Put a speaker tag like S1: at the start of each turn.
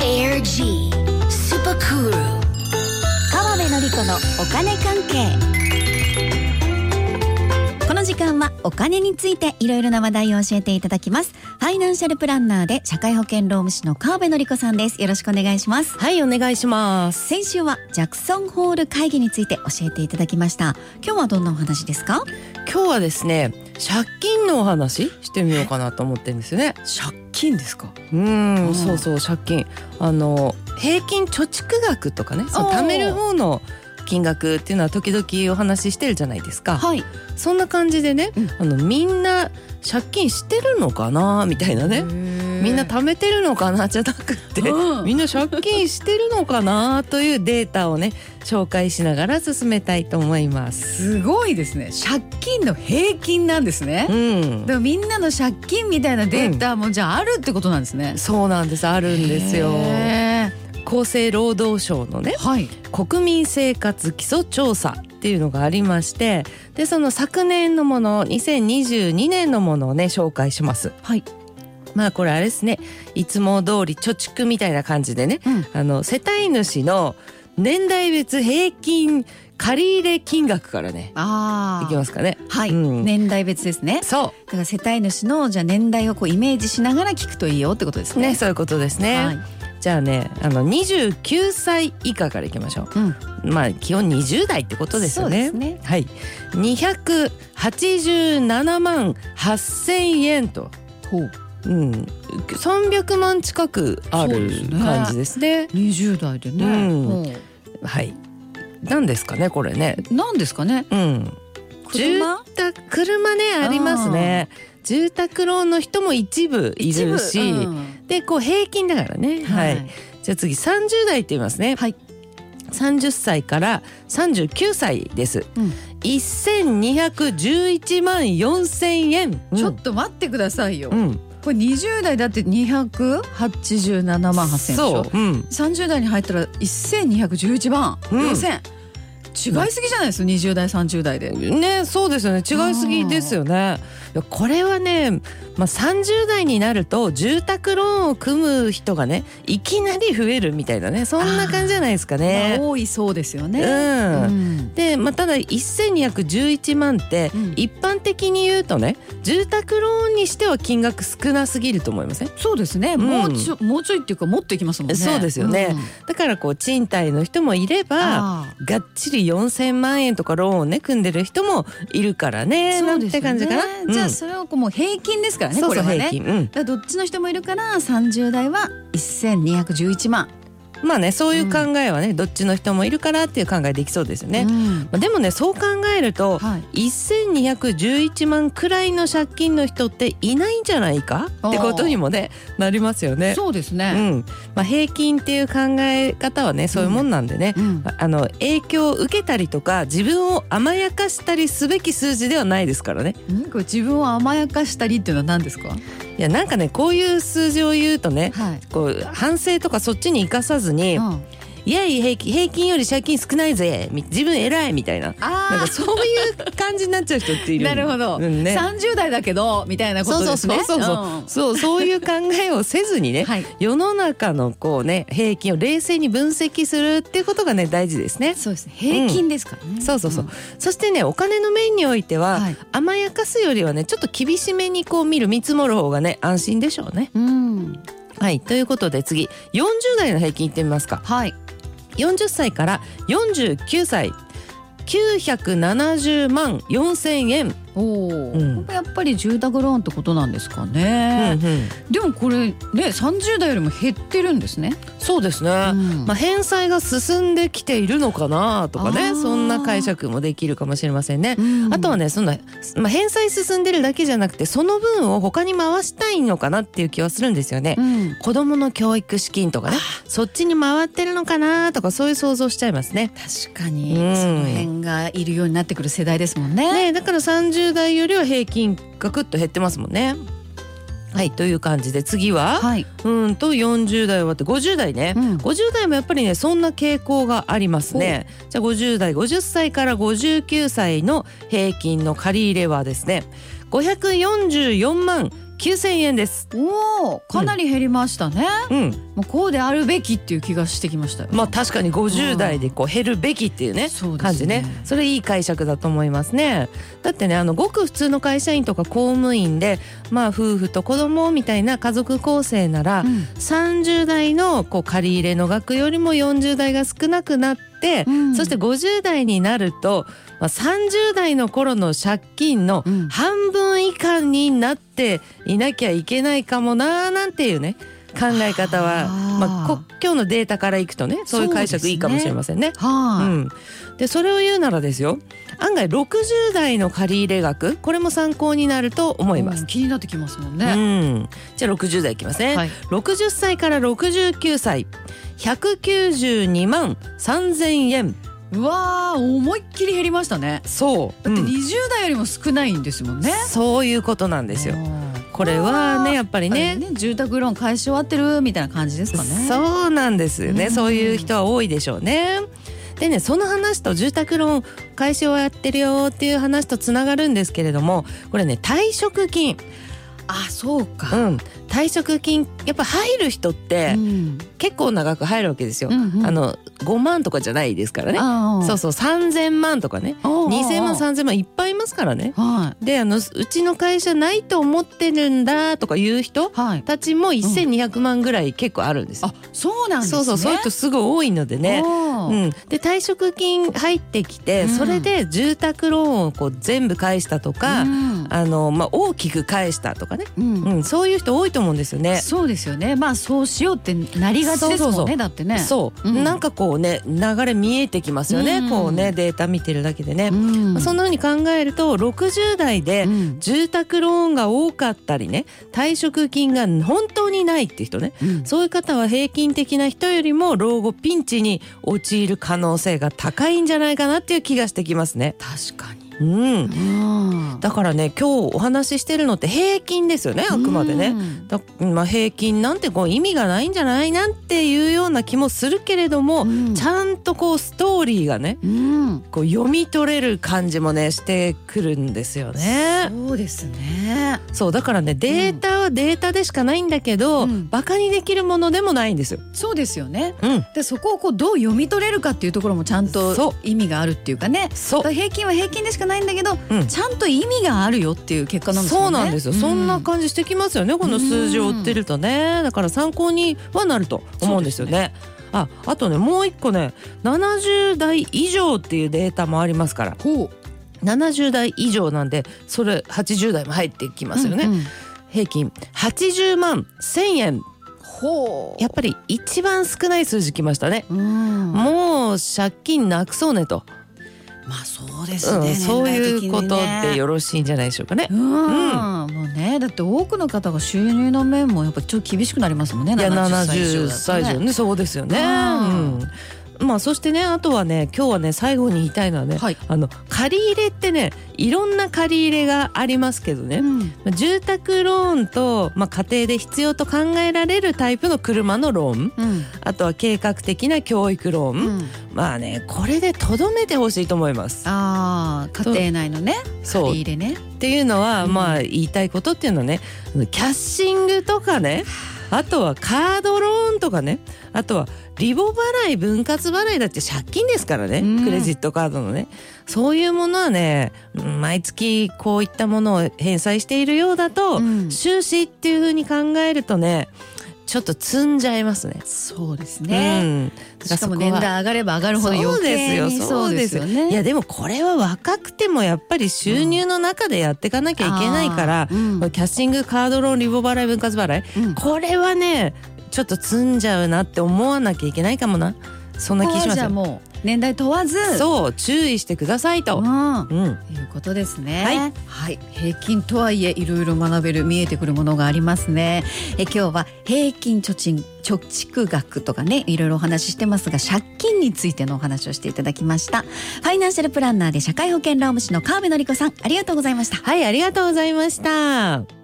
S1: Air G スーパークール
S2: 川辺典子のお金関係この時間はお金についていろいろな話題を教えていただきますファイナンシャルプランナーで社会保険労務士の川辺典子さんですよろしくお願いします
S3: はいお願いします
S2: 先週はジャクソンホール会議について教えていただきました今日はどんなお話ですか
S3: 今日はですね借金のお話してみようかなと思ってるんですよね
S2: 借金ですか
S3: うー
S2: うん
S3: んそうそう借金あの平均貯蓄額とかねその
S2: おー
S3: 貯める方の金額っていうのは時々お話ししてるじゃないですか
S2: はい
S3: そんな感じでね、
S2: うん
S3: あのみんな借金してるのかなみたいなねみ
S2: み
S3: んな貯めてるのかなじゃなくってみんな借金してるのかなというデータをね紹介しながら進めたいと思います。
S4: すごいですね借金の平均なんですね
S3: う、ん
S4: でもみんなの借金みたいなデータもじゃああるってことなんですね、
S3: そうなんですあるんですよ
S4: へー
S3: 厚生労働省のね
S4: はい
S3: 国民生活基礎調査っていうのがありましてでその昨年のもの2022年のものをね紹介します
S4: はい
S3: まあこれあれですねいつも通り貯蓄みたいな感じでね、
S4: うん
S3: あの世帯主の年代別平均借入金額からね
S4: あ
S3: いき
S4: あ
S3: ますかね
S4: はい、
S3: うん
S4: 年代別ですね
S3: そ
S4: だから世帯主のじゃあ年代をこうイメージしながら聞くといいよってことです
S3: うね
S4: ね
S3: そういうことですね、
S4: はい、
S3: じゃあねあの29歳以下からいきましょ
S4: うん、
S3: うまあ基本20代ってことですよね
S4: そうですね
S3: はい、287万8000円と、
S4: ほう
S3: うん、300万近くあ
S4: そう
S3: る
S4: ですね
S3: 感じですね。
S4: 20代でね、
S3: う
S4: ほ
S3: んはい、なんですかねこれね。
S4: うなんですかね
S3: うん、
S2: 車
S3: 住宅車ねありますね。住宅ローンの人も一部いるし、
S4: うん
S3: でこう平均だからね。はい。じゃあ次30代って言いますね。
S4: はい。
S3: 30歳から39歳です。
S4: うん
S3: 1211万4000円。
S4: ちょっと待ってくださいよ、
S3: うん、
S4: これ20代だって287万8000でしょ
S3: そう、うん、
S4: 30代に入ったら1211万
S3: うん
S4: 4000、違いすぎじゃないですか20代30代で。
S3: ねそうですよね違いすぎですよねいやこれはね、まあ、30代になると住宅ローンを組む人がねいきなり増えるみたいなねそんな感じじゃないですかね。
S4: まあ多いそうですよ
S3: う
S4: ね。
S3: ん
S4: うん
S3: でまあ、ただ1211万って
S4: うん
S3: 一般的に言うとね住宅ローンにしては金額少なすぎると思いません
S4: そうですね、
S3: ん
S4: もうちょもうちょいっていうかもっといきますもんね。
S3: そうですよね
S4: うん
S3: だからこう賃貸の人もいれば
S4: あ
S3: がっちり4,000万円とかローンをね組んでる人もいるからね
S4: そ
S3: な
S4: うんです
S3: て
S4: よね
S3: 感じかな。
S4: じゃ
S3: う
S4: あ
S3: ん
S4: それをこうもう平均ですからね
S3: そう
S4: これ
S3: そう
S4: はね。
S3: 平均、うん
S4: だからどっちの人もいるから30代は1211万。
S3: まあねそういう考えはね、どっちの人もいるからっていう考えできそうですよね、
S4: う
S3: ま
S4: ん
S3: あでもねそう考えると
S4: はい、
S3: 1211万くらいの借金の人っていないんじゃないかってことにもねなりますよね
S4: そうです
S3: う
S4: ね。
S3: んまあ、平均っていう考え方はねそういうもんなんでね、
S4: うん
S3: あの影響を受けたりとか自分を甘やかしたりすべき数字ではないですからね
S4: うんこれ自分を甘やかしたりっていうのは何ですか。
S3: いやなんかねこういう数字を言うとね
S4: はい。
S3: こう反省とかそっちに生かさずに、
S4: うん
S3: いやいや平均平均より借金少ないぜみ自分偉いみたいななん
S4: あ
S3: かそういう感じになっちゃう人っている
S4: あ 、なるほど。
S3: うんね、
S4: 三十代だけどみたいなことですね。
S3: そうそうそう
S4: うん
S3: そうそういう考えをせ ずにね、
S4: はい。
S3: 世の中のこうね平均を冷静に分析するっていうことがね大事ですね。
S4: そうですね。平均ですからね。。
S3: そうそうそうんそしてねお金の面においては、
S4: はい。
S3: 甘やかすよりはねちょっと厳しめにこう見る見積もる方がね安心でしょうね。
S4: うん。
S3: はいということで次40代の平均いってみますか。
S4: はい。
S3: 40歳から49歳970万4000円、
S4: おお。
S3: うん
S4: これやっぱり住宅ローンってことなんですかね。でもこれね、三十代よりも減ってるんですね。
S3: そうですね、まあ、
S4: ま
S3: 返済が進んできているのかなとか
S4: あ
S3: ね
S4: ー
S3: そんな解釈もできるかもしれませんね。
S4: あ
S3: あとはねそんな、まあ、返済進んでるだけじゃなくてその分を他に回したいのかなっていう気はするんですよね。
S4: うん。
S3: 子供の教育資金とかねそっちに回ってるのかなとかそういう想像しちゃいますね。
S4: 確かに
S3: うん
S4: その辺がいるようになってくる世代ですもんね。
S3: ねえだから30代よりは平均ガクッと減ってますもんね。はいという感じで次は、
S4: はい。
S3: うんと40代はって50代ね、
S4: うん
S3: 50代もやっぱりねそんな傾向がありますねじゃあ50代50歳から59歳の平均の借り入れはですね544万9000円です。
S4: おおかなり減りましたね、
S3: うん、
S4: もうこうであるべきっていう気がしてきましたよ、
S3: まあ確かに50代でこう減るべきっていうね
S4: そうで
S3: 感
S4: す
S3: じ
S4: ね
S3: ねそれいい解釈だと思いますねだってねあのごく普通の会社員とか公務員でまあ夫婦と子供みたいな家族構成なら、
S4: うん
S3: 30代のこう借り入れの額よりも40代が少なくなって、
S4: うん
S3: そして50代になると、まあ、30代の頃の借金の
S4: うん
S3: 半分以下になっていなきゃいけないかもなーなんていうね考え方
S4: あ
S3: は
S4: ー
S3: まあ、こ今日のデータからいくとねそういう解
S4: そうです
S3: 釈
S4: ね
S3: いいかもしれませんね。う
S4: は
S3: ん、でそれを言うならですよ案外60代の借り入れ額これも参考になると思
S4: い、
S3: いま
S4: う
S3: す
S4: ん。気になってきますもん
S3: う
S4: ね、
S3: ん、じゃあ60代いきますね。
S4: はい
S3: 60歳から69歳192万3000円
S4: うわー思いっきり減りましたね
S3: そう、
S4: だって
S3: うん
S4: 20代よりも少ないんですもんね、
S3: そういうことなんですよ
S4: あー
S3: これはねやっぱり
S4: ねね
S3: ね
S4: 住宅ローン返し終わってるみたいな感じですかね
S3: そうなんですよね、
S4: うん
S3: そういう人は多いでしょうねでねその話と住宅ローン返しをやってるよっていう話とつながるんですけれどもこれね退職金
S4: あそう
S3: う
S4: か、
S3: ん退職金やっぱ入る人っ
S4: う
S3: て
S4: ん
S3: 結構長く入るわけですよ、
S4: うんうん
S3: あの5万とかじゃないですからね
S4: あー
S3: そうそう3000万とかね
S4: おうおうおう
S3: 2000万3000万いっぱいいますからね。
S4: は
S3: であのうちの会社ないと思ってるんだとかいう人
S4: いはい
S3: たちも1200万ぐらい結構あるんですよ。
S4: あそうなんです
S3: そ
S4: ね
S3: うそうそういう人すごい多いのでね。
S4: お
S3: う
S4: ー
S3: ん、で退職金入ってきて、
S4: うん
S3: それで住宅ローンをこう全部返したとか、
S4: うん
S3: あのまあ、大きく返したとかね、
S4: うん
S3: うん、そういう人多いと思うんですよね。
S4: そうですよねまあそうしようってなりがちですもんね
S3: そうそうそう
S4: だってね
S3: そう、
S4: うん
S3: なんかこうね流れ見えてきますよね、
S4: うん
S3: こうねデータ見てるだけでね。
S4: ん
S3: そんな風に考えると60代で
S4: うん
S3: 住宅ローンが多かったりね退職金が本当にないって人ね
S4: うん
S3: そういう方は平均的な人よりも老後ピンチに陥る可能性が高いんじゃないかなっていう気がしてきますね。
S4: 確かに
S3: うん、
S4: うん
S3: だからね今日お話ししてるのって平均ですよねあくまでね。
S4: うん
S3: だまあ、平均なんてこう意味がないんじゃないなんていうような気もするけれども、
S4: うん
S3: ちゃんとこうストーリーがね
S4: うん
S3: こう読み取れる感じもねしてくるんですよね。
S4: そうですね
S3: そうだからねデータはデータでしかないんだけど、
S4: うん
S3: バカにできるものでもないんですよ。
S4: そうですよね
S3: うん、
S4: でそこをこうどう読み取れるかっていうところもちゃん
S3: そ
S4: と
S3: う
S4: 意味があるっていうかね
S3: そ
S4: だから平均は平均でしかないんだけど、
S3: うん
S4: ちゃんと意味があるよっていう結果なんですよね
S3: そうなんですよ、そんな感じしてきますよねこの数字を追ってるとね、だから参考にはなると思うんですよね。ああとねもう一個ね70代以上っていうデータもありますから
S4: ほ
S3: 70代以上なんでそれ80代も入ってきますよね、平均80万1,000円
S4: ほう
S3: やっぱり一番少ない数字きましたね。
S4: うんま
S3: もう借金なくそうねと、
S4: あそうで
S3: う
S4: す
S3: ん
S4: ね、
S3: そういうことで
S4: よ
S3: よろしいんじゃないでしょうかね。
S4: うん、
S3: ん
S4: もうねだって多くの方が収入の面もやっぱちょっと厳しくなりますもんね
S3: いや
S4: 70歳以上だと
S3: 70歳以上ねそうですよね。
S4: うん
S3: うんまあそしてねあとはね今日はね最後に言いたいのはね、
S4: はい
S3: あの借り入れってねいろんな借り入れがありますけどね、
S4: うん
S3: まあ住宅ローンと、まあ、家庭で必要と考えられるタイプの車のローン
S4: うん
S3: あとは計画的な教育ローン、
S4: うん、
S3: まあねこれでとどめてほしいと思います。
S4: ああ家庭内のね
S3: そう
S4: 借り入れね
S3: っていうのは、
S4: うん
S3: まあ言いたいことっていうのはねあのキャッシングとかねあとはカードローンとかねあとはリボ払い分割払いだって借金ですからね、
S4: うん
S3: クレジットカードのねそういうものはねうん毎月こういったものを返済しているようだと、
S4: うん
S3: 収支っていうふうに考えるとねちょっと積んじゃいますね。
S4: そうですね、
S3: うん、
S4: しかも年代上がれば上がるほど余計に
S3: そ
S4: そうう
S3: で
S4: ですす
S3: よ
S4: よ
S3: ね
S4: ね
S3: いやでもこれは若くてもやっぱり収入の中でやっていかなきゃいけないから、
S4: あーうん
S3: これキャッシングカードローンリボ払い分割払い、
S4: うん
S3: これはねちょっと積んじゃうなって思わなきゃいけないかもなそんな気し
S4: あー
S3: ます
S4: じゃあ
S3: よ
S4: もう年代問わず
S3: そう注意してくださいと、
S4: うん
S3: うん
S4: ということですね。
S3: はい
S4: はい、平均とはいえ、いろいろ学べる、見えてくるものがありますね。え、今日は平均貯金、貯蓄額とかね、いろいろお話ししてますが、借金についてのお話をしていただきました。
S2: ファイナンシャルプランナーで社会保険労務士の川辺典子さんありがとうございました
S3: はいありがとうございました